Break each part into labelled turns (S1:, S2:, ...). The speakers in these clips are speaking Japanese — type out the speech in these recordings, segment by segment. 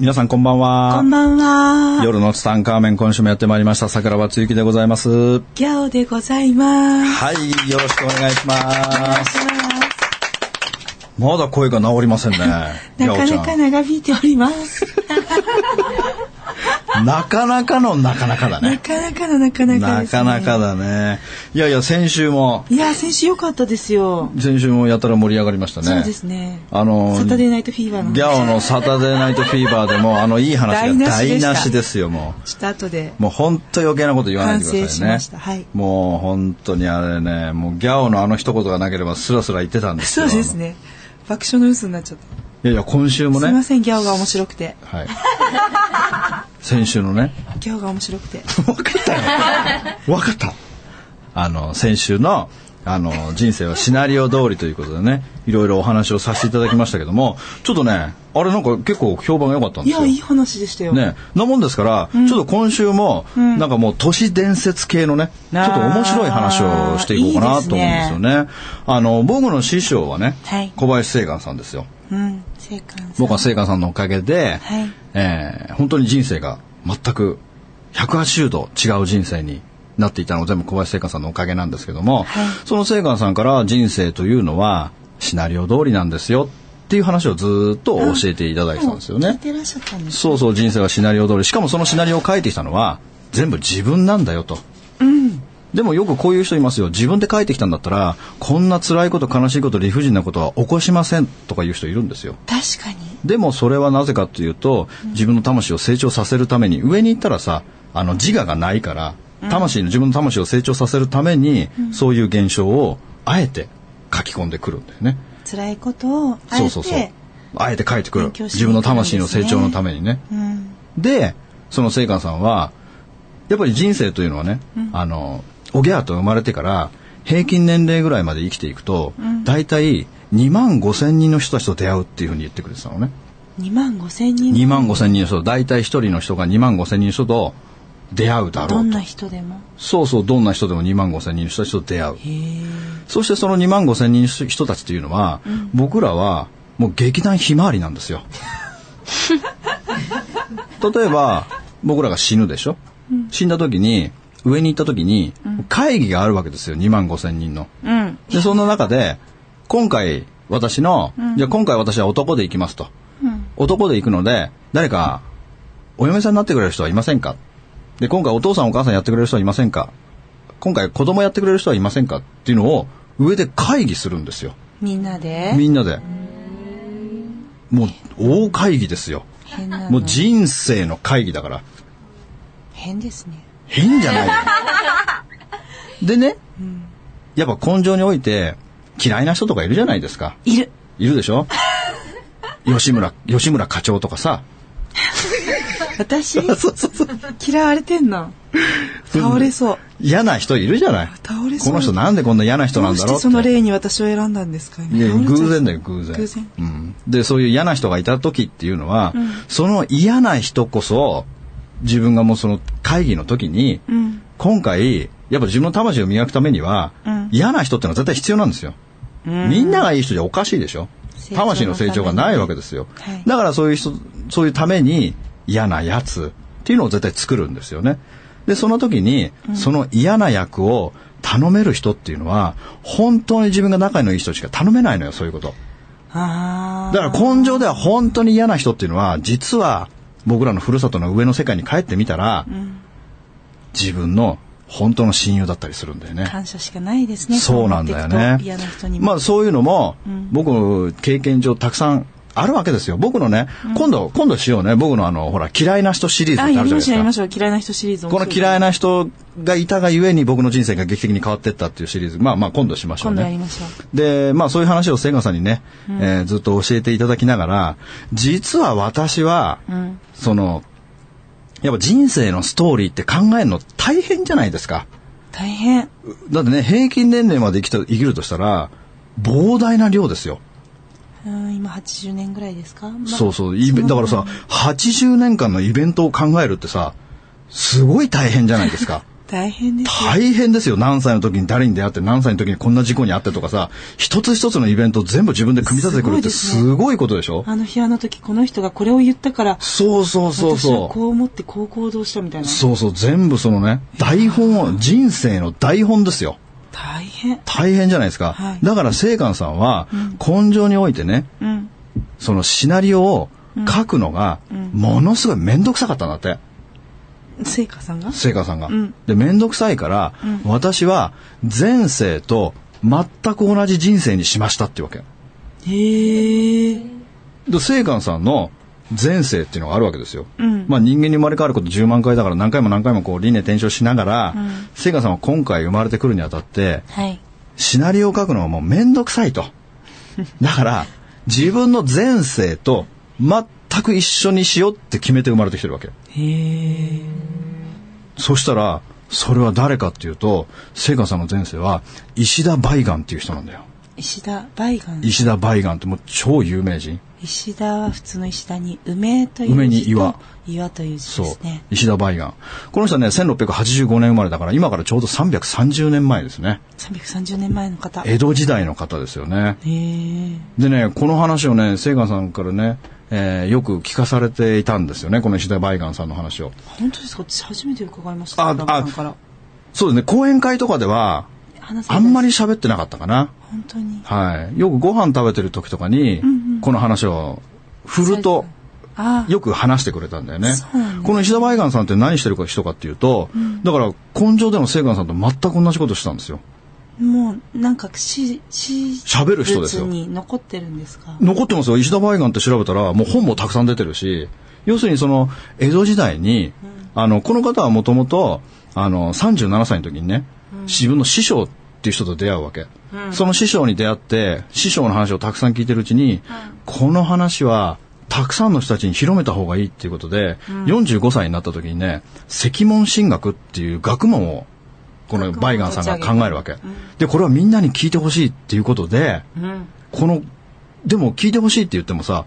S1: 皆さんこんばんは。
S2: こんばんは。
S1: 夜のツタンカーメン今週もやってまいりました。桜庭つゆきでございます。は
S2: ギャオでございます。
S1: い、よろしくお願いし
S2: お願
S1: ま
S2: い
S1: す。
S2: します
S1: まだ声が治りませんね。
S2: なか
S1: ギャ
S2: な
S1: オ
S2: か長引いております。
S1: ちゃんなかなかのなかなかだ
S2: な
S1: ね。
S2: かなかのなかなか
S1: な
S2: です、ね。
S1: かなか。だね。いやいや、先週も、
S2: いや、先週良かったですよ。
S1: 先週もやたら盛り上がりましたね。
S2: そうですね。
S1: あの、
S2: サタデーナイトフィーバーの話
S1: ギャオのサタデーナイトフィーバーでも、あの、いい話が
S2: 台無しで
S1: 台
S2: した
S1: 無しですよ、もう。
S2: ちょっと後で。
S1: もう本当余計なこと言わないでくださいね。
S2: 反省しましたはい
S1: もう本当にあれね、もうギャオのあの一言がなければスラスラ言ってたんですけ
S2: そう
S1: ど
S2: です。ね。爆笑の嘘になっちゃった。
S1: いやいや、今週もね。
S2: すいません、ギャオが面白くて。
S1: はい。先週のね。
S2: ギャオが面白くて。
S1: 分かったよ。分かった。あの、先週の、あの、人生はシナリオ通りということでね、いろいろお話をさせていただきましたけども、ちょっとね、あれなんか結構評判が良かったん
S2: い
S1: です
S2: や、
S1: よ。
S2: いい話でしたよ。
S1: ね、なもんですから、ちょっと今週も、なんかもう都市伝説系のね、ちょ
S2: あー
S1: っと面白い話をしていこうかない
S2: いです
S1: と思うん
S2: ね
S1: ですよね。あの、僕の師匠はね、
S2: はい
S1: 小林聖寛さんですよ。
S2: うん。正解さん。
S1: 僕は聖寛さんのおかげで、
S2: はい
S1: えー本当に人生が全く180度違う人生になっていたのを全部小林聖寛さんのおかげなんですけども、
S2: はい
S1: その聖寛さんから人生というのはシナリオ通りなんですよっていう話をずーっと教えていただいてたんですよね。
S2: 聞いてらっしゃったんです。
S1: そうそう人生はシナリオ通りしかもそのシナリオを書いてきたのは全部自分なんだよと、でもよくこういう人いますよ自分で書いてきたんだったらこんな辛いこと悲しいこと理不尽なことは起こしませんとか言う人いるんですよ
S2: 確かに。
S1: でもそれはなぜかというと自分の魂を成長させるために上に行ったらさあの自我がないから魂の自分の魂を成長させるために、そういう現象をあえて書き込んでくるんだよね、
S2: 辛いことを、あえて。
S1: そうそうそうあえて書いてくる
S2: 勉強しに
S1: 自分の魂の成長のためにね
S2: うん。
S1: でその聖寛さんはやっぱり人生というのはね、あのおぎゃーと生まれてから平均年齢ぐらいまで生きていくと、大体2万5千人の人たちと出会うっていうふうに言ってくれてたのね、
S2: 2万5千人。
S1: 2万5千人の人大体1人の人が2万5千人の人と出会うだろ
S2: ど
S1: うんと
S2: な人でも。
S1: そうそうどんな人でも2万5千人の人たちと出会う
S2: へえ。
S1: そしてその2万5千人の人たちというのは、僕らはもう劇団ひまわりなん ですよ。例えば僕らが死ぬでしょ、死んだ時に上に行った時に会議があるわけですよ2万5千人の。
S2: うん。
S1: でその中で今回私の、じゃあ今回私は男で行きますと。
S2: うん。
S1: 男で行くので誰かお嫁さんになってくれる人はいませんかで今回お父さんお母さんやってくれる人はいませんか今回子供やってくれる人はいませんかっていうのを上で会議するんですよ
S2: みんなで。
S1: みんなでもう大会議ですよ
S2: 変なの
S1: もう人生の会議だから
S2: 変ですね。
S1: 変じゃないよでねやっぱ根性において嫌いな人とかいるじゃないですか
S2: いる。
S1: いるでしょ吉村吉村課長とかさ
S2: 私嫌われてんの。倒れそう。
S1: 嫌な人いるじゃない
S2: 倒れそう
S1: この人なんでこんな嫌な人
S2: ど
S1: な
S2: う
S1: んだ
S2: して
S1: ろう
S2: その
S1: って
S2: 例に私を選んだんですか
S1: いや
S2: 倒れちゃう
S1: 偶然だよ偶然
S2: 偶然
S1: うん、でそういう嫌な人がいた時っていうのは、その嫌な人こそ自分がもうその会議の時に、
S2: うん。
S1: 今回やっぱ自分の魂を磨くためには、
S2: うん
S1: 嫌な人ってのは絶対必要なんですよ、みんながいい人じゃおかしいでしょ
S2: 成長のために
S1: 魂の成長がないわけですよ、
S2: はい
S1: だからそういう人そういうために嫌なやつっていうのを絶対作るんですよねでその時に、その嫌な役を頼める人っていうのは本当に自分が仲のいい人しか頼めないのよそういうこと
S2: あ
S1: だから根性では本当に嫌な人っていうのは実は僕らのふるさとの上の世界に帰ってみたら、自分の本当の親友だったりするんだよね
S2: あ。感謝しかないですね。
S1: そうなんだよ
S2: そう思ってい
S1: ね
S2: くと嫌な人に。も
S1: まあそういうのも、僕経験上たくさんあるわけですよ。僕のね、今度、今度しようね。僕のあの、ほら、嫌いな人シリーズっ
S2: あ、
S1: て
S2: や
S1: ある
S2: り
S1: じゃない
S2: ま
S1: で
S2: しょ
S1: す
S2: う、やりましょう。嫌
S1: か。
S2: いな人シリーズ。
S1: この嫌いな人がいたがゆえに僕の人生が劇的に変わってったっていうシリーズ。まあまあ今度しましょう
S2: 今度やり
S1: ね。
S2: ましょう。
S1: で、まあそういう話を千賀さんにね、えーずっと教えていただきながら、実は私は、
S2: うん。
S1: その、やっぱ人生のストーリーって考えるの大変じゃないですか。
S2: 大変。
S1: だってね、平均年齢まで生きた生きるとしたら、膨大な量ですよ。
S2: うん、今80年ぐらいですか、まあ
S1: そうそう。イベだからさ、80年間のイベントを考えるってさ、すごい大変じゃないで すか。
S2: 大変ですよ。
S1: 大変ですよ。何歳の時に誰に出会って、何歳の時にこんな事故に遭ってとかさ、一つ一つのイベントを全部自分で組み立ててくるって
S2: すごいですね
S1: すごいことでしょ
S2: あの日あの時この人がこれを言ったから、
S1: そうそうそう
S2: 私は
S1: そ。
S2: こう思ってこう行動したみたいうな。
S1: そうそう、全部そのね、台本を、人生の台本ですよ。
S2: 大変。
S1: 大変じゃないですか。
S2: はい
S1: だから、聖寛さんは、根性においてね、
S2: うん。
S1: そのシナリオを書くのが、ものすごい面倒くさかったんだって。
S2: 聖火さんが
S1: 聖華さんが。
S2: うん
S1: で、めんどくさいから、私は前世と全く同じ人生にしましたってわけ。
S2: へえ。
S1: で、聖寛さんの前世っていうのがあるわけですよ。
S2: うん
S1: まあ人間に生まれ変わること10万回だから何回も何回もこう輪廻転生しながら、
S2: うん
S1: 聖寛さんは今回生まれてくるにあたって、
S2: はい。
S1: シナリオを書くのはもうめんどく さいと。だから、自分の前世と全く一緒にしようって決めて生まれてきてるわけ。
S2: へえ。
S1: そしたら、それは誰かっていうと、聖華さんの前世は、石田梅岩っていう人なんだよ。
S2: 石田、バイガン。
S1: 石田梅岩ってもう超有名人。
S2: 石田は普通の石田に、梅という字と
S1: 梅に岩。
S2: 岩という字
S1: そ
S2: で
S1: う
S2: すね。。
S1: 石田梅岩。この人はね、1685年生まれだから、今からちょうど330年前ですね。
S2: 330年前の方。へ
S1: 江戸時代の方ですよね。
S2: え。
S1: でね、この話をね、聖華さんからね、えーよく聞かされていたんですよね、この石田梅岩さんの話を。
S2: 本当ですか私初めて伺いました。ラ
S1: あ
S2: ブさん
S1: あ
S2: から。
S1: そうですね、講演会とかでは、
S2: 話せな
S1: あ
S2: い
S1: んまり喋ってなかったかな。
S2: 本当に。
S1: はい。よくご飯食べてる時とかに、この話を振ると、
S2: ああ。
S1: よく話してくれたんだよね
S2: そうなん。だ
S1: この石田梅岩さんって何してる人かっていうと、だから根性での聖岩さんと全く同じことしたんですよ。
S2: もう、なんか、し、し、
S1: 喋る人ですよ
S2: ルーツに残ってるんですか
S1: 残ってますよ。石田梅岩って調べたら、もう本もたくさん出てるし、要するにその、江戸時代に、あの、この方はもともと、あの、37歳の時にね、自分の師匠っていう人と出会うわけ。その師匠に出会って、師匠の話をたくさん聞いてるうちに、この話は、たくさんの人たちに広めた方がいいっていうことで、45歳になった時にね、石門神学っていう学問を、この梅岩さんが考えるわけ。で、これはみんなに聞いてほしいっていうことで、
S2: うん。
S1: この、でも聞いてほしいって言ってもさ、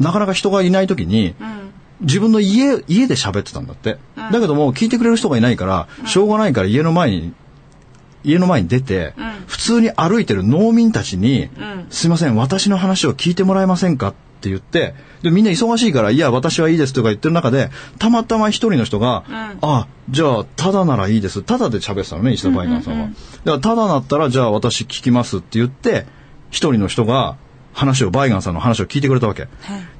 S1: なかなか人がいない時に、
S2: うん。
S1: 自分の家、家で喋ってたんだって。だけども、聞いてくれる人がいないから、しょうがないから家の前に、家の前に出て、
S2: うん
S1: 普通に歩いてる農民たちに、
S2: うん
S1: すいません、私の話を聞いてもらえませんかって言って、で、みんな忙しいから、いや、私はいいですとか言ってる中で、たまたま一人の人が、あ、じゃあ、ただならいいです。ただで喋ってたのね、石田バイカンさんは。だから、ただなったら、じゃあ私聞きますって言って、一人の人が、話を、バイガンさんの話を聞いてくれたわけ。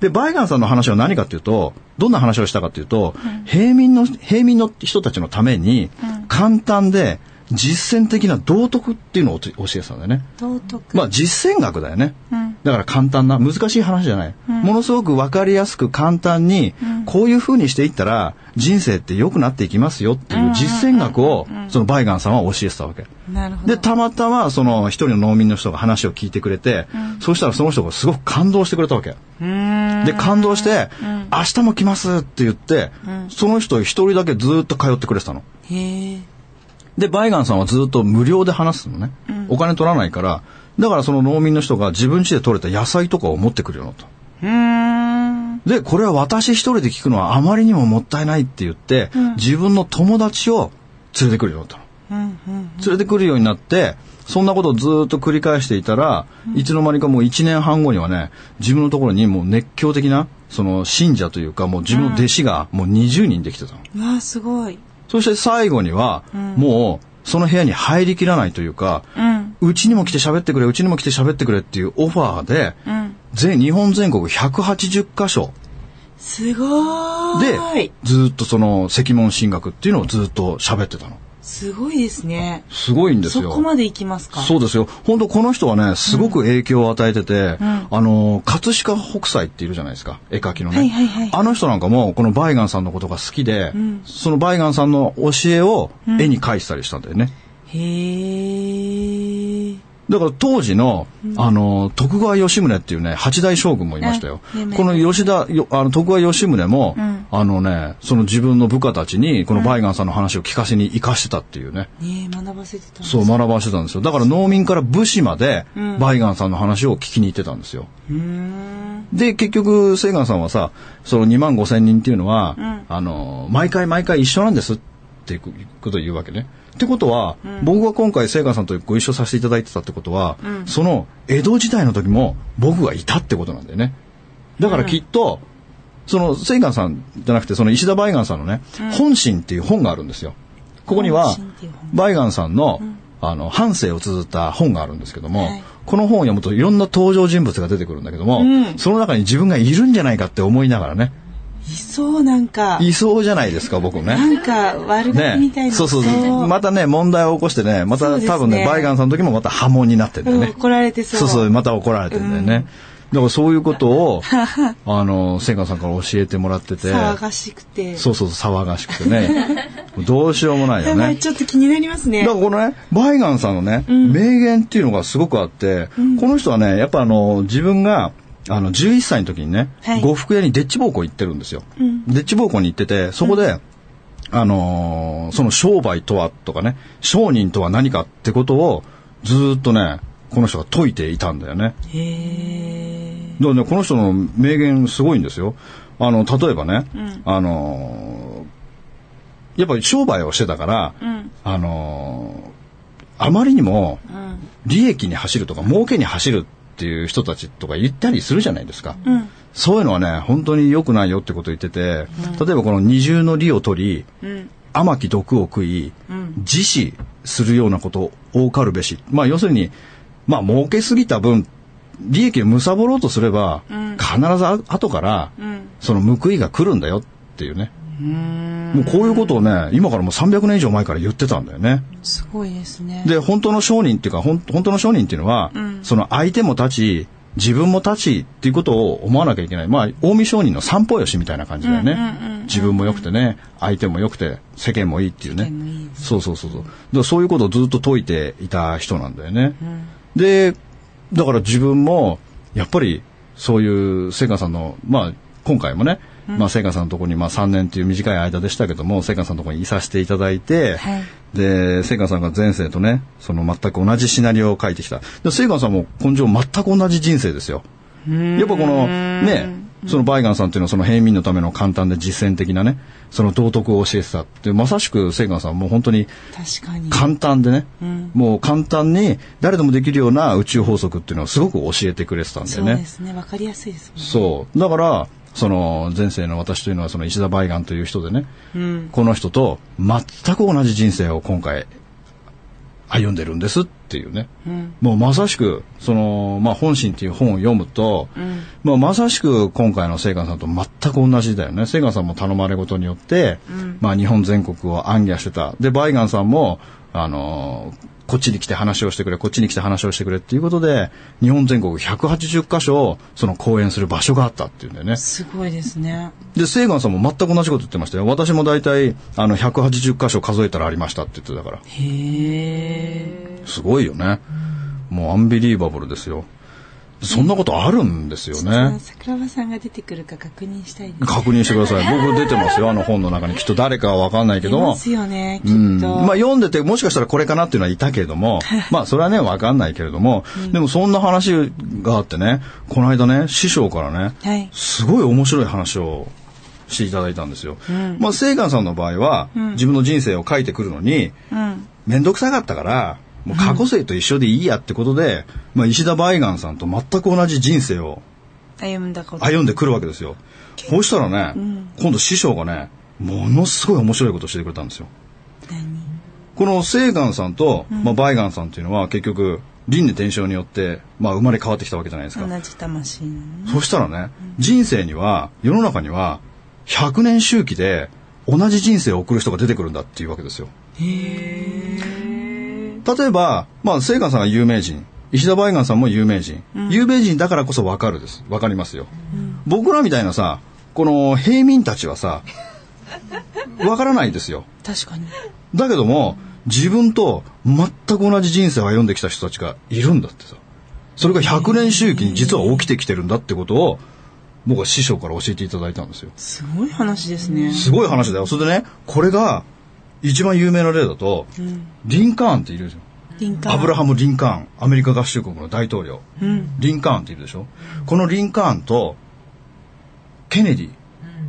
S1: で、バイガンさんの話は何かっていうと、どんな話をしたかっていうと、平民の、平民の人たちのために、簡単で実践的な道徳っていうのを教えてたんだよね。
S2: 道徳。
S1: まあ実践学だよね。
S2: うん。
S1: だから簡単な、難しい話じゃない。ものすごくわかりやすく簡単に、こういう風にしていったら人生って良くなっていきますよっていう実践学を、そのバイガンさんは教えてたわけ。
S2: なるほど。
S1: で、たまたまその一人の農民の人が話を聞いてくれて、そうしたらその人がすごく感動してくれたわけ。
S2: うーん。
S1: で、感動して、明日も来ますって言って、その人一人だけずっと通ってくれてたの。
S2: へえ。
S1: で、バイガンさんはずっと無料で話すのね。お金取らないから、だからその農民の人が自分家で採れた野菜とかを持ってくるよと。
S2: うーん。
S1: で、これは私一人で聞くのはあまりにももったいないって言って、自分の友達を連れてくるよと。
S2: うんうん。
S1: 連れてくるようになって、そんなことをずっと繰り返していたら、いつの間にかもう1年半後にはね、自分のところにもう熱狂的な、その信者というか、もう自分の弟子がもう20人できてたの。
S2: うわあ、すごい。
S1: そして最後には、もうその部屋に入りきらないというか、
S2: うん。
S1: うちにも来て喋ってくれ、うちにも来て喋ってくれっていうオファーで、
S2: うん。
S1: 全日本全国180カ所
S2: すご
S1: で
S2: ーい。、
S1: ずっとその石門神学っていうのをずっと喋ってたの。
S2: すごいですね。
S1: すごいんです
S2: そ
S1: よ。
S2: こまで行きますか。
S1: そうですよ。本当この人はね、すごく影響を与えてて、あの、葛飾北斎っているじゃないですか、絵描きのね。
S2: はいはいはい
S1: あの人なんかも、このバイガンさんのことが好きで、そのバイガンさんの教えを絵に描いてたりしたんだよね。
S2: へえ。
S1: だから当時の、あの、徳川吉宗っていうね、八代将軍もいましたよ。
S2: あ有名
S1: この吉田、よあの、徳川吉宗も、
S2: ん
S1: あのね、その自分の部下たちに、このバイガンさんの話を聞かせに生かしてたっていうね。
S3: ねえ学ばせてたんです
S1: そう、学ばしてたんですよ。だから農民から武士まで、バイガンさんの話を聞きに行ってたんですよ。
S3: うーん
S1: で、結局、セイガンさんはさ、その2万5千人っていうのは、あの、毎回毎回一緒なんですっていうことを言うわけね。ってことは、僕が今回セイガンさんとご一緒させていただいてたってことは、その江戸時代の時も僕がいたってことなんだよね。だからきっと、そのセイガンさんじゃなくて、その石田バイガンさんのね、本心っていう本があるんですよ。ここには
S3: 本心っていう本、
S1: バイガンさんの、あの、半生を綴った本があるんですけども、
S3: はい
S1: この本を読むといろんな登場人物が出てくるんだけども、
S3: うん
S1: その中に自分がいるんじゃないかって思いながらね、
S3: いそうなんか
S1: いそうじゃないですか、僕
S3: な
S1: ね。
S3: んか悪ガキみたい
S1: ね
S3: な、
S1: そうそうそう。またね、問題を起こしてね、ま
S3: そう
S1: た、
S3: ですね
S1: 多分ね、バイガンさんの時もまた波紋になってんだよ
S3: うん
S1: ね。
S3: 怒られてそう
S1: そうそう、また怒られてんだよね。だからそういうこと を、あの、千賀さんから教えてもらってて、
S3: 騒がしくて
S1: そうそうそう、騒がしくて ね、どうしようもないよ
S3: やば
S1: ね
S3: い。ちょっと気になりますね
S1: だからこのね、バイガンさんのね、名言っていうのがすごくあって、この人はね、やっぱあの、自分が、あの、11歳の時にね、
S3: はい
S1: 呉服屋にデッチ奉公行ってるんですよ。
S3: うん
S1: デッチ奉公に行ってて、そこで、あのーその商売とはとかね、商人とは何かってことを、ずーっとね、この人が解いていたんだよね。
S3: へえ
S1: だからね、この人の名言すごいんですよ。あの、例えばね、あのーやっぱり商売をしてたから、
S3: うん
S1: あのーあまりにも
S3: うん
S1: 利益に走るとか儲けに走るっていう人たちとか言ったりするじゃないですか。
S3: うん
S1: そういうのはね、本当に良くないよってこと言ってて、例えばこの二重の利を取り、
S3: うん
S1: 甘き毒を食い、
S3: うん
S1: 自死するようなことを多かるべし。まあ要するに、まあ儲けすぎた分、利益を貪ろうとすれば、
S3: ん
S1: 必ずあ後から、
S3: うん
S1: その報いが来るんだよっていうね。
S3: うーん
S1: もうこういうことをね、今からもう300年以上前から言ってたんだよね。
S3: すごいですね
S1: で、本当の商人っていうか、ほん本当の商人っていうのは、
S3: ん
S1: その相手も立ち、自分も立ちっていうことを思わなきゃいけない。まあ、近江商人の散歩よしみたいな感じだよね。
S3: うんうんうん
S1: 自分も良くてね、相手も良くて、世間もいいっていうね。
S3: 世間もいいです
S1: そうそうそうそう。だからそういうことをずっと解いていた人なんだよね。で、だから自分も、やっぱり、そういう、セガさんの、まあ、今回もね、まあ、セガさんのところに、まあ、3年という短い間でしたけども、セガさんのところにいさせていただいて、
S3: はい
S1: で、セイカンさんが前世とね、その全く同じシナリオを書いてきた。で、セイカンさんも今生全く同じ人生ですよ。やっぱこの、ね、そのバイガンさんっていうのはその平民のための簡単で実践的なね、その道徳を教えてたっていう、まさしくセイカンさんはもう本当に
S3: 確かに
S1: 簡単でね、
S3: うん
S1: もう簡単に誰でもできるような宇宙法則っていうのをすごく教えてくれてたんだ
S3: そ
S1: よ
S3: う
S1: ね
S3: で。すねわかりやすいですもんね
S1: そう。だから、その前世の私というのはその石田バイガンという人でね、
S3: うん
S1: この人と全く同じ人生を今回歩んでるんですっていうね。
S3: うん
S1: もうまさしく、その、まあ、本心っていう本を読むと、
S3: うん
S1: まあ、まさしく今回のセイガンさんと全く同じだよね。セイガンさんも頼まれ事によって、まあ、日本全国を暗夜してた。で、バイガンさんも、あのーこっちに来て話をしてくれ、こっちに来て話をしてくれっていうことで、日本全国180箇所をその講演する場所があったっていうんだよね。
S3: すごいですね
S1: で、セイガンさんも全く同じこと言ってましたよ。私も大体、あの、180箇所数えたらありましたって言ってたから。
S3: へえ
S1: すごいよね。もうアンビリーバブルですよ。そんなことあるんですよね。
S3: 桜庭さんが出てくるか確認したいです
S1: 確認してください。僕出てますよ。あの本の中に。きっと誰かはわかんないけ
S3: 出
S1: ど
S3: ま
S1: も。
S3: すよねきっ
S1: う
S3: と
S1: ん、まあ読んでて、もしかしたらこれかなっていうのはいたけれども、まあそれはね、わかんないけれども、でもそんな話があってね、この間ね、師匠からね、
S3: はい
S1: すごい面白い話をしていただいたんですよ。まあ、セイガンさんの場合は、自分の人生を書いてくるのに、
S3: うん
S1: 面倒くさかったから、もう過去生と一緒でいいやってことで、まあ、石田バイガンさんと全く同じ人生を
S3: 歩んだこと
S1: 歩んでくるわけですよ。こうしたらね、今度師匠がね、ものすごい面白いことをしてくれたんですよ。
S3: 何
S1: このセイガンさんと、まあ、バイガンさんっていうのは結局、輪廻転生によって、まあ、生まれ変わってきたわけじゃないですか。
S3: 同じ魂なのね
S1: そしたらね、人生には、世の中には、100年周期で、同じ人生を送る人が出てくるんだっていうわけですよ。例えば、まあ、セイガンさんが有名人、石田バイガンさんも有名人、有名人だからこそわかるです。わかりますよ。僕らみたいなさ、この平民たちは さ、わからないですよ。
S3: 確かに
S1: だけども、自分と全く同じ人生を歩んできた人たちがいるんだってさ。それが100年周期に実は起きてきてるんだってことを、僕は師匠から教えていただいたんですよ。
S3: すごい話ですね。
S1: すごい話だよ。それでね、これが、一番有名な例だと、
S3: うん。
S1: リンカーンっているじゃん。
S3: リンカーン
S1: アブラハム・リンカーン、アメリカ合衆国の大統領。
S3: うん。
S1: リンカーンっているでしょこのリンカーンと、ケネディ、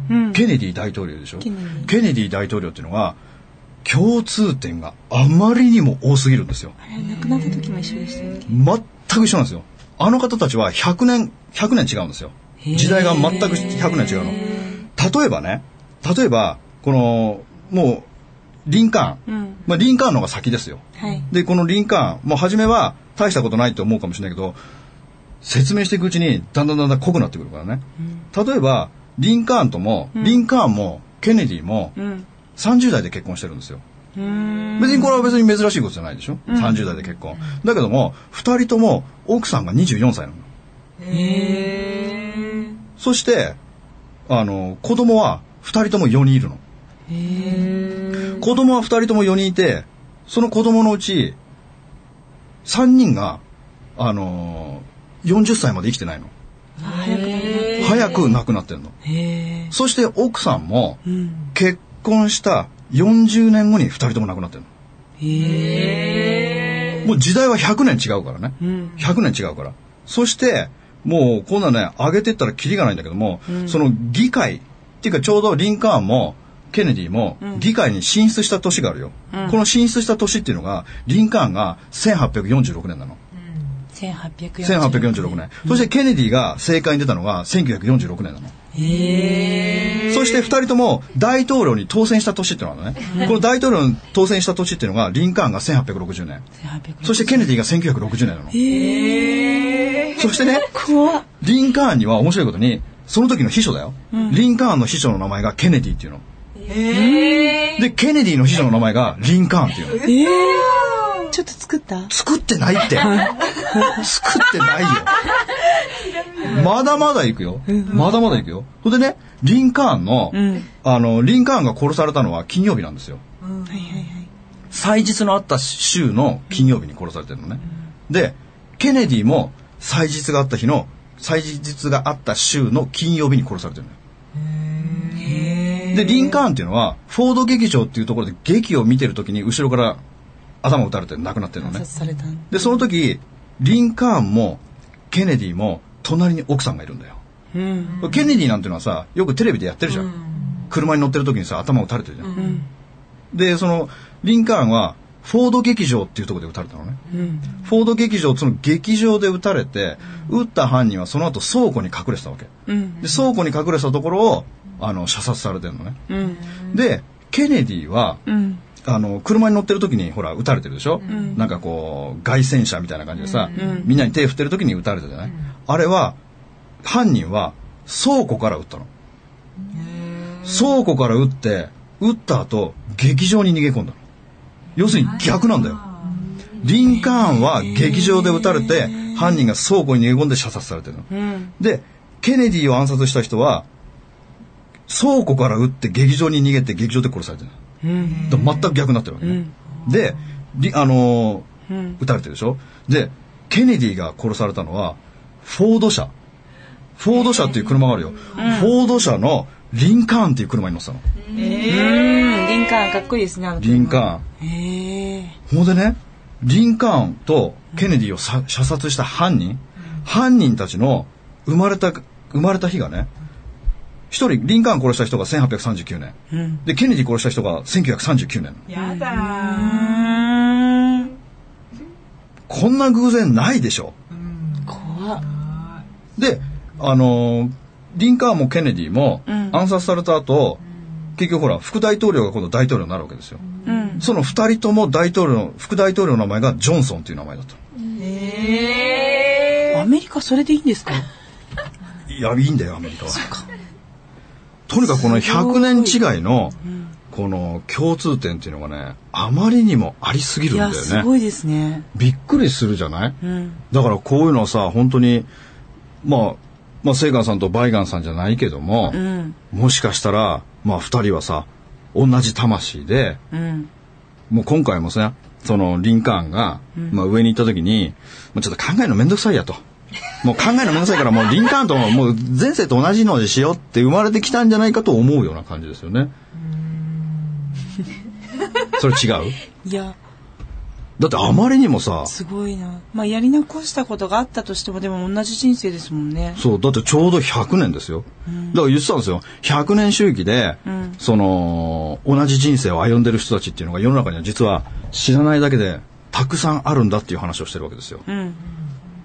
S3: うん。
S1: ケネディ大統領でしょ
S3: ケネディ
S1: ケネディ大統領っていうのが、共通点があまりにも多すぎるんですよ。
S3: あれ、亡くなった時も一緒でしたよね。
S1: 全く一緒なんですよ。あの方たちは100年、100年違うんですよ。時代が全く100年違うの。例えばね、例えば、この、もう、リンカーン。
S3: うん。
S1: まあ、リンカーンの方が先ですよ。
S3: はい。
S1: で、このリンカーン、もう初めは大したことないって思うかもしれないけど、説明していくうちにだんだんだんだん濃くなってくるからね。例えば、リンカーンとも、リンカーンも、ケネディも、
S3: うん。
S1: 30代で結婚してるんですよ。
S3: うーん。
S1: 別にこれは別に珍しいことじゃないでしょ、?30 代で結婚。だけども、2人とも奥さんが24歳なの。
S3: へー
S1: そして、あの、子供は2人とも4人いるの。子供は2人とも4人いて、その子供のうち、3人が、あのー、40歳まで生きてないの。
S3: あ早くなる
S1: 早く亡くなってんの。
S3: へ
S1: そして奥さんも、
S3: ーうん。
S1: 結婚した40年後に2人とも亡くなってんの。もう時代は100年違うからね。
S3: うん。
S1: 100年違うから。そして、もうこんなね、上げてったらキリがないんだけども、その議会、っていうかちょうどリンカーンも、ケネディも、議会に進出した年があるよ、この進出した年っていうのが、リンカーンが1846年なの。
S3: 1846
S1: 1846年。そしてケネディが政界に出たのが1946年なの。そして二人とも大統領に当選した年っていうのがあるのね。この大統領に当選した年っていうのが、リンカーンが1860年。そしてケネディが1960年なの。そしてね、リンカーンには面白いことに、その時の秘書だよ。リンカーンの秘書の名前がケネディっていうの。で、ケネディの秘書の名前がリンカーンっていうの。
S3: ちょっと作った
S1: 作ってないって。作ってないよ。まだまだ行くよ。まだまだ行くよ。それでね、リンカーンの、
S3: ん
S1: あの、リンカーンが殺されたのは金曜日なんですよ。
S3: はいはいはい。
S1: 祭日のあった週の金曜日に殺されてるのね。で、ケネディも祭日があった日の、祭日があった週の金曜日に殺されてるのよ。で、リンカーンっていうのは、フォード劇場っていうところで劇を見てる時に後ろから頭を撃たれて亡くなってるの
S3: 暗
S1: ね
S3: 殺。されたん
S1: で、その時、リンカーンもケネディも隣に奥さんがいるんだよ。
S3: うん。
S1: ケネディなんていうのはさ、よくテレビでやってるじゃん。車に乗ってる時にさ、頭を撃たれてるじゃん
S3: うん。
S1: で、その、リンカーンは、フォード劇場っていうところで撃たれたのね。
S3: うん。
S1: フォード劇場、その劇場で撃たれて、撃った犯人はその後倉庫に隠れてたわけ。
S3: うん。
S1: で、倉庫に隠れてたところを、あの、射殺されてるのね。
S3: うん。
S1: で、ケネディは、
S3: うん。
S1: あの、車に乗ってる時に、ほら、撃たれてるでしょ、なんかこう、外戦車みたいな感じでさ、みんなに手振ってる時に撃たれたじゃない、あれは、犯人は、倉庫から撃ったの。倉庫から撃って、撃った後、劇場に逃げ込んだの。要するに逆なんだよ。リンカーンは劇場で撃たれて、犯人が倉庫に逃げ込んで射殺されてるの。
S3: うん。
S1: で、ケネディを暗殺した人は、倉庫から撃って劇場に逃げて劇場で殺されてるの。
S3: うん。
S1: だから全く逆になってるわけね。で、りあのー撃たれてるでしょで、ケネディが殺されたのは、フォード車。フォード車っていう車があるよ。フォード車のリンカーンっていう車に乗ってたの。
S3: うん。リンカーンかっこいいですね、あの
S1: リンカ
S3: ーン。へえ。
S1: ーン。ほんでね、リンカーンとケネディをさ射殺した犯人、犯人たちの生まれた、生まれた日がね、一人、リンカーン殺した人が1839年。
S3: うん。
S1: で、ケネディ殺した人が1939年。
S4: やだ
S3: うん。
S1: こんな偶然ないでしょ。
S3: 怖っ。
S1: で、あのーリンカーンもケネディも
S3: ん
S1: 暗殺された後、結局ほら、副大統領が今度大統領になるわけですよ。
S3: うん。
S1: その二人とも大統領の、副大統領の名前がジョンソンという名前だった。
S3: アメリカそれでいいんですか
S1: いや、いいんだよ、アメリカは。とにかくこの100年違いの、この共通点っていうのがね、あまりにもありすぎる
S3: い
S1: んだよ
S3: や、すご
S1: ね。
S3: いですね。
S1: びっくりするじゃない、
S3: うん。
S1: だからこういうのはさ、本当に、まあ、まあ、セイガンさんとバイガンさんじゃないけども、
S3: うん。
S1: もしかしたら、まあ二人はさ、同じ魂で、
S3: うん。
S1: もう今回もさ、そのリンカーンが、まあ上に行った時に、まあちょっと考えるのめんどくさいやと。もう考えのめんどくさいから、もうリンカーンとももう前世と同じのにしようって生まれてきたんじゃないかと思うような感じですよね。それ違う
S3: いや、
S1: だってあまりにもさ、
S3: すごいな。まあ、やり残したことがあったとしても、でも同じ人生ですもんね。
S1: そう、だってちょうど100年ですよ。だから言ってたんですよ。100年周期で、
S3: ん
S1: その、同じ人生を歩んでる人たちっていうのが世の中には実は知らないだけで、たくさんあるんだっていう話をしてるわけですよ。
S3: うん。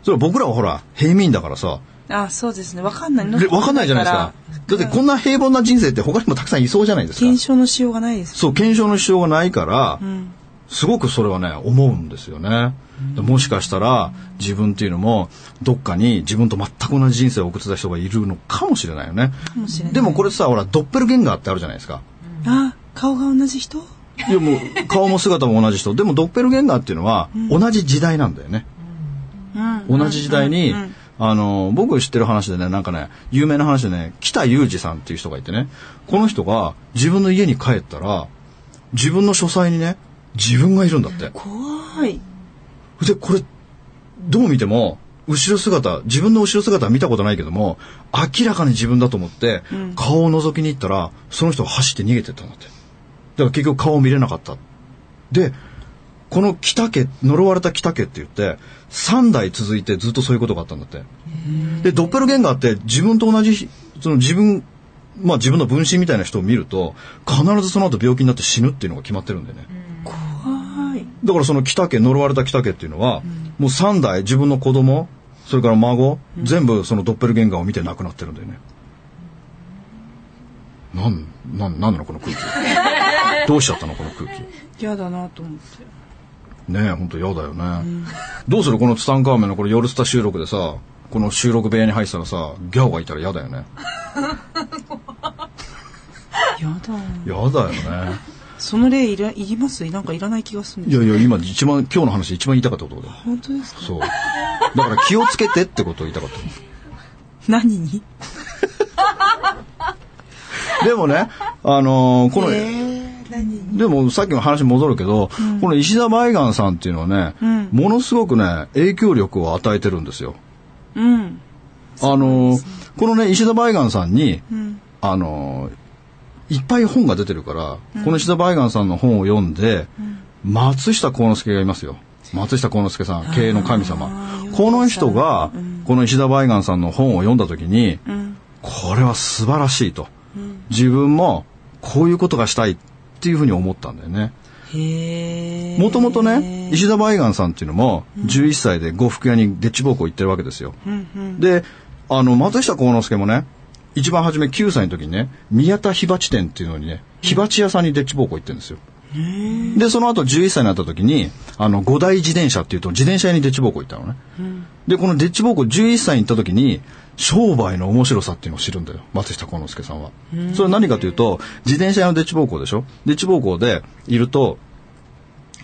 S1: それは僕らはほら、平民だからさ、
S3: あ、そうですね。わかんない
S1: でわかんないじゃないですか。だってこんな平凡な人生って他にもたくさんいそうじゃないですか。
S3: 検証のしようがないです。
S1: そう、検証の必要がないから、
S3: うん。
S1: すごくそれはね、思うんですよね。もしかしたら自分っていうのもどっかに自分と全く同じ人生を送ってた人がいるのかもしれないよね。
S3: かもしれない。
S1: でもこれさ、ほら、ドッペルゲンガーってあるじゃないです か。
S3: あ、顔が同じ人
S1: いやもう、顔も姿も同じ人。でもドッペルゲンガーっていうのは同じ時代なんだよね。
S3: うん。
S1: 同じ時代に、
S3: うんうん
S1: あの、僕知ってる話でね、なんかね、有名な話でね、北裕二さんっていう人がいてね、この人が自分の家に帰ったら、自分の書斎にね、自分がいるんだって。
S3: 怖い。
S1: で、これ、どう見ても、後ろ姿、自分の後ろ姿は見たことないけども、明らかに自分だと思って、
S3: うん
S1: 顔を覗きに行ったら、その人が走って逃げてったんだって。だから結局顔を見れなかった。で、この北家、呪われた北家って言って、3代続いてずっとそういうことがあったんだって。で、ドッペルゲンガーって自分と同じ、その自分、まあ自分の分身みたいな人を見ると、必ずその後病気になって死ぬっていうのが決まってるんだよね。
S3: 怖い。
S1: だからその北家呪われた北家っていうのは、もう3代自分の子供それから孫、全部そのドッペルゲンガーを見て亡くなってるんだよね。なん、なん、なんなのこの 空気。どうしちゃったのこの空気。
S3: 嫌だなと思 って。
S1: ねえ、ほんと嫌だよね。どうするこのツタンカーメンのこれ夜スタ収録でさ、この収録部屋に入ってたらさ、ギャオがいたら嫌だよね。
S3: 嫌だ。
S1: 嫌だよ ね。
S3: その例いら、いりますなんかいらない気がするん
S1: い
S3: です
S1: やいや、今一番、今日の話一番言いたかったことだよ。
S3: 本当ですか
S1: そう。だから気をつけてってことを言いたかった。
S3: 何に
S1: でもね、あのーこの、
S3: ー、何に
S1: でもさっきの話戻るけど、この石田梅岩さんっていうのはね、
S3: うん
S1: ものすごくね、影響力を与えてるんですよ。
S3: うん。
S1: あのー、このね、石田梅岩さんに、
S3: うん。
S1: あのー、いっぱい本が出てるから、この石田梅岩さんの本を読んで、松下幸之助がいますよ。松下幸之助さん、経営の神様
S3: あー。
S1: この人が、この石田梅岩さんの本を読んだ時に、
S3: うん。
S1: これは素晴らしいと。
S3: うん。
S1: 自分もこういうことがしたいっていうふうに思ったんだよね。
S3: へえ。
S1: もともとね、石田梅岩さんっていうのも、11歳で呉服屋にでっち奉公行ってるわけですよ。
S3: うんうん。
S1: で、あの、松下幸之助もね、一番初め9歳の時にね、宮田火鉢店っていうのにね、火鉢屋さんにでっち奉公行ってるんですよ。で、その後11歳になった時に、あの、五大自転車っていうと、自転車屋にでっち奉公行ったのね。で、このでっち奉公11歳に行った時に、商売の面白さっていうのを知るんだよ。松下幸之助さんは。それは何かというと、自転車屋のでっち奉公でしょでっち奉公でいると、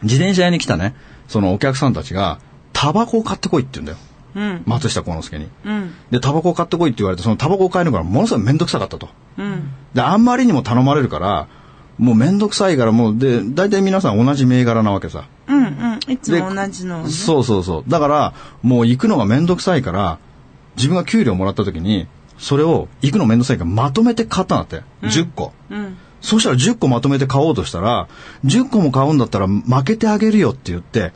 S1: 自転車屋に来たね、そのお客さんたちが、タバコを買ってこいって言うんだよ。
S3: うん。
S1: 松下幸之助に。
S3: うん。
S1: で、タバコを買ってこいって言われて、そのタバコを買えるのがものすごいめんどくさかったと。
S3: うん。
S1: で、あんまりにも頼まれるから、もうめんどくさいから、もう、で、大体皆さん同じ銘柄なわけさ。
S3: うん。うん。いつ
S1: で
S3: も同じのをね。
S1: そうそうそう。だから、もう行くのがめんどくさいから、自分が給料もらった時に、それを行くのめんどくさいからまとめて買ったんだって。10個。
S3: うん。
S1: そしたら10個まとめて買おうとしたら、10個も買うんだったら負けてあげるよって言って、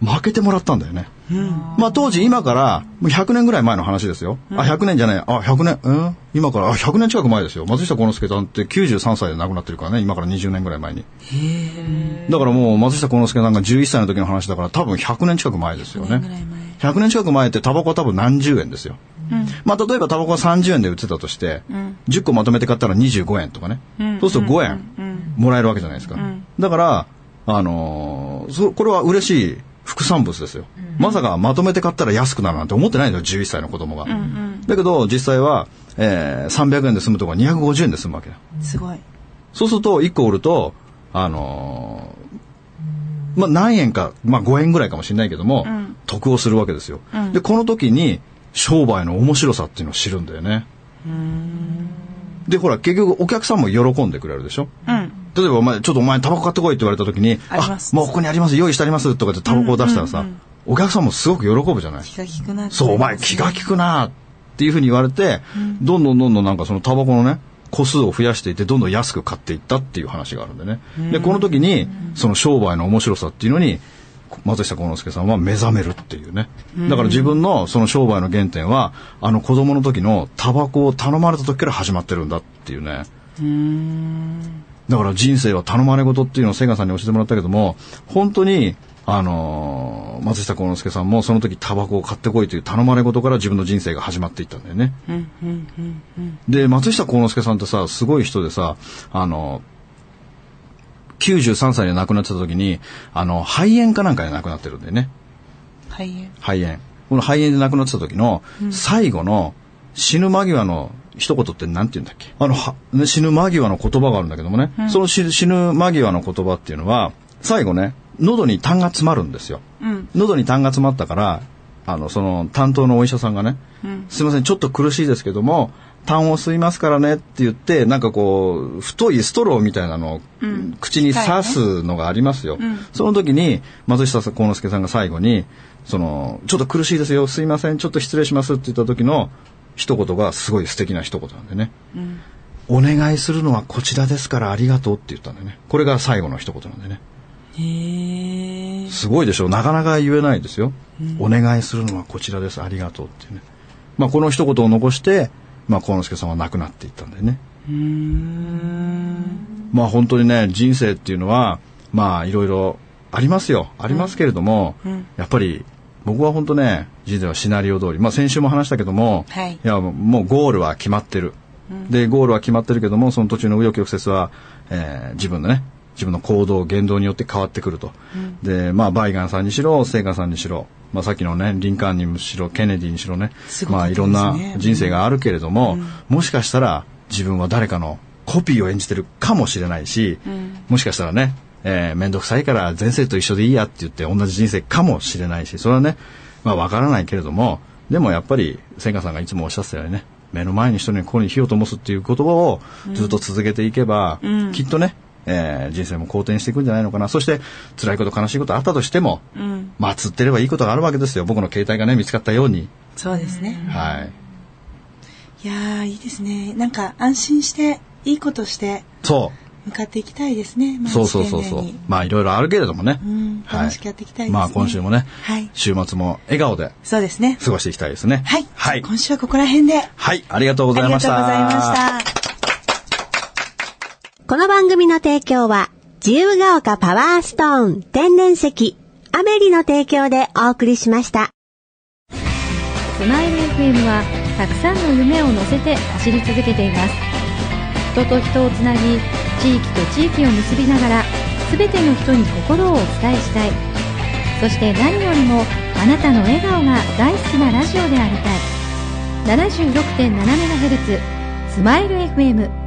S1: 負けてもらったんだよね。
S3: うん。
S1: まあ当時今から、もう100年ぐらい前の話ですよ。あ、100年じゃない。あ、100年、うん今から、あ、100年近く前ですよ。松下幸之助さんって93歳で亡くなってるからね、今から20年ぐらい前に。だからもう松下幸之助さんが11歳の時の話だから多分100年近く前ですよ
S3: 100年ぐらい
S1: ね。
S3: 前
S1: 100年近く前ってタバコは多分何十円ですよ。
S3: うん
S1: まあ例えばタバコは30円で売ってたとして、
S3: ん
S1: 10個まとめて買ったら25円とかね。
S3: うん
S1: そうすると5円
S3: うん
S1: もらえるわけじゃないですか。
S3: ん
S1: だから、あのーそこれは嬉しい副産物ですよ。まさかまとめて買ったら安くなるなんて思ってないんだよ、11歳の子供が。
S3: うん
S1: だけど、実際は、えー300円で済むとこが250円で済むわけだ。
S3: うん。すごい。
S1: そうすると、1個売ると、あのーまあ、何円か、まあ、5円ぐらいかもしれないけども、
S3: うん
S1: 得をするわけですよ、
S3: うん
S1: で、この時に、商売の面白さっていうのを知るんだよね。で、ほら、結局、お客さんも喜んでくれるでしょ
S3: うん。
S1: 例えばお前、ちょっとお前タバコ買ってこいって言われた時に、
S3: あります
S1: もうここにあります、用意してありますとかってタバコを出したらさ、
S3: うんうんうん
S1: お客さんもすごく喜ぶじゃない
S3: 気が利くなって
S1: そう、お前気が利くなっていうふうに言われて、どんどんどんどんなんかそのタバコのね、個数を増やしていって、どんどん安く買っていったっていう話があるんでね。で、この時に、その商売の面白さっていうのに、松下幸之助さんは目覚めるっていうね。だから自分のその商売の原点は、あの子供の時のタバコを頼まれた時から始まってるんだっていうね。だから人生は頼まれ事っていうのをセガさんに教えてもらったけども、本当に、あのー松下幸之助さんもその時タバコを買ってこいという頼まれ事から自分の人生が始まっていったんだよね。で、松下幸之助さんってさ、すごい人でさ、あのー、93歳で亡くなってた時に、あの、肺炎かなんかで亡くなってるんだよね。
S3: 肺炎
S1: 肺炎。この肺炎で亡くなってた時の、最後の死ぬ間際の一言って何て言うんだっけあの、はね死ぬ間際の言葉があるんだけどもね、その死死ぬ間際の言葉っていうのは、最後ね、喉に痰が詰まるんですよ。
S3: うん
S1: 喉に痰が詰まったから、あの、その担当のお医者さんがね、
S3: うん
S1: すいません、ちょっと苦しいですけども、痰を吸いますからねって言って、なんかこう、太いストローみたいなのを、
S3: うん
S1: 口に刺すのがありますよ。
S3: うん
S1: その時に、松下幸之助さんが最後に、その、ちょっと苦しいですよ、すいません、ちょっと失礼しますって言った時の一言がすごい素敵な一言なんでね。
S3: うん
S1: お願いするのはこちらですからありがとうって言ったんだよね。これが最後の一言なんでね。
S3: へえ
S1: すごいでしょなかなか言えないですよ、お願いするのはこちらですありがとうっていうね、まあ、この一言を残して、まあ、幸之助さんは亡くなっていったんだよねまあ本当にね人生っていうのはまあいろいろありますよありますけれども、やっぱり僕は本当ね人生はシナリオ通りまあ先週も話したけども、
S3: はい
S1: やもうゴールは決まってる、でゴールは決まってるけどもその途中の紆余曲折は、えー自分のね自分の行動言動によって変わってくると、でまあバイガンさんにしろセイガンさんにしろ、まあ、さっきのねリンカーンにしろケネディにしろね
S3: すご
S1: ま
S3: か
S1: あ
S3: った
S1: い
S3: です
S1: ろ
S3: ね
S1: んな人生があるけれども、もしかしたら自分は誰かのコピーを演じてるかもしれないし、もしかしたらね、えー、めんどくさいから前世と一緒でいいやって言って同じ人生かもしれないし、それはね、まあわからないけれども、でもやっぱり、千賀さんがいつもおっしゃってたようにね、目の前に人にここに火を灯すっていう言葉をずっと続けていけば、きっとね、えー人生も好転していくんじゃないのかな。そして、辛いこと悲しいことあったとしても、
S3: うん
S1: まあ、釣ってればいいことがあるわけですよ。僕の携帯がね、見つかったように。
S3: そうですね
S1: はい。
S3: いやーいいですねなんか安心していいことして
S1: そう。
S3: 向かっていきたいですね毎日
S1: そうそうそうそう
S3: 懸命に。
S1: まあいろいろあるけれどもね。
S3: うん
S1: はい
S3: 楽しくやっていきたいですね
S1: まあ今週もね、
S3: はい
S1: 週末も笑顔で
S3: そうですね
S1: 過ごしていきたいですね。
S3: はい、
S1: はい。
S3: 今週はここら辺であ
S1: はい。ありがとうご
S3: り
S1: ざ
S3: が
S1: いう
S3: とご
S1: まし
S3: ざい
S1: た。
S3: ました
S4: この番組の提供は、自由が丘パワーストーン天然石、アメリの提供でお送りしました。
S5: スマイル FM はたくさんの夢を乗せて走り続けています人と人をつなぎ地域と地域を結びながら全ての人に心をお伝えしたいそして何よりもあなたの笑顔が大好きなラジオでありたい 76.7MHz スマイル FM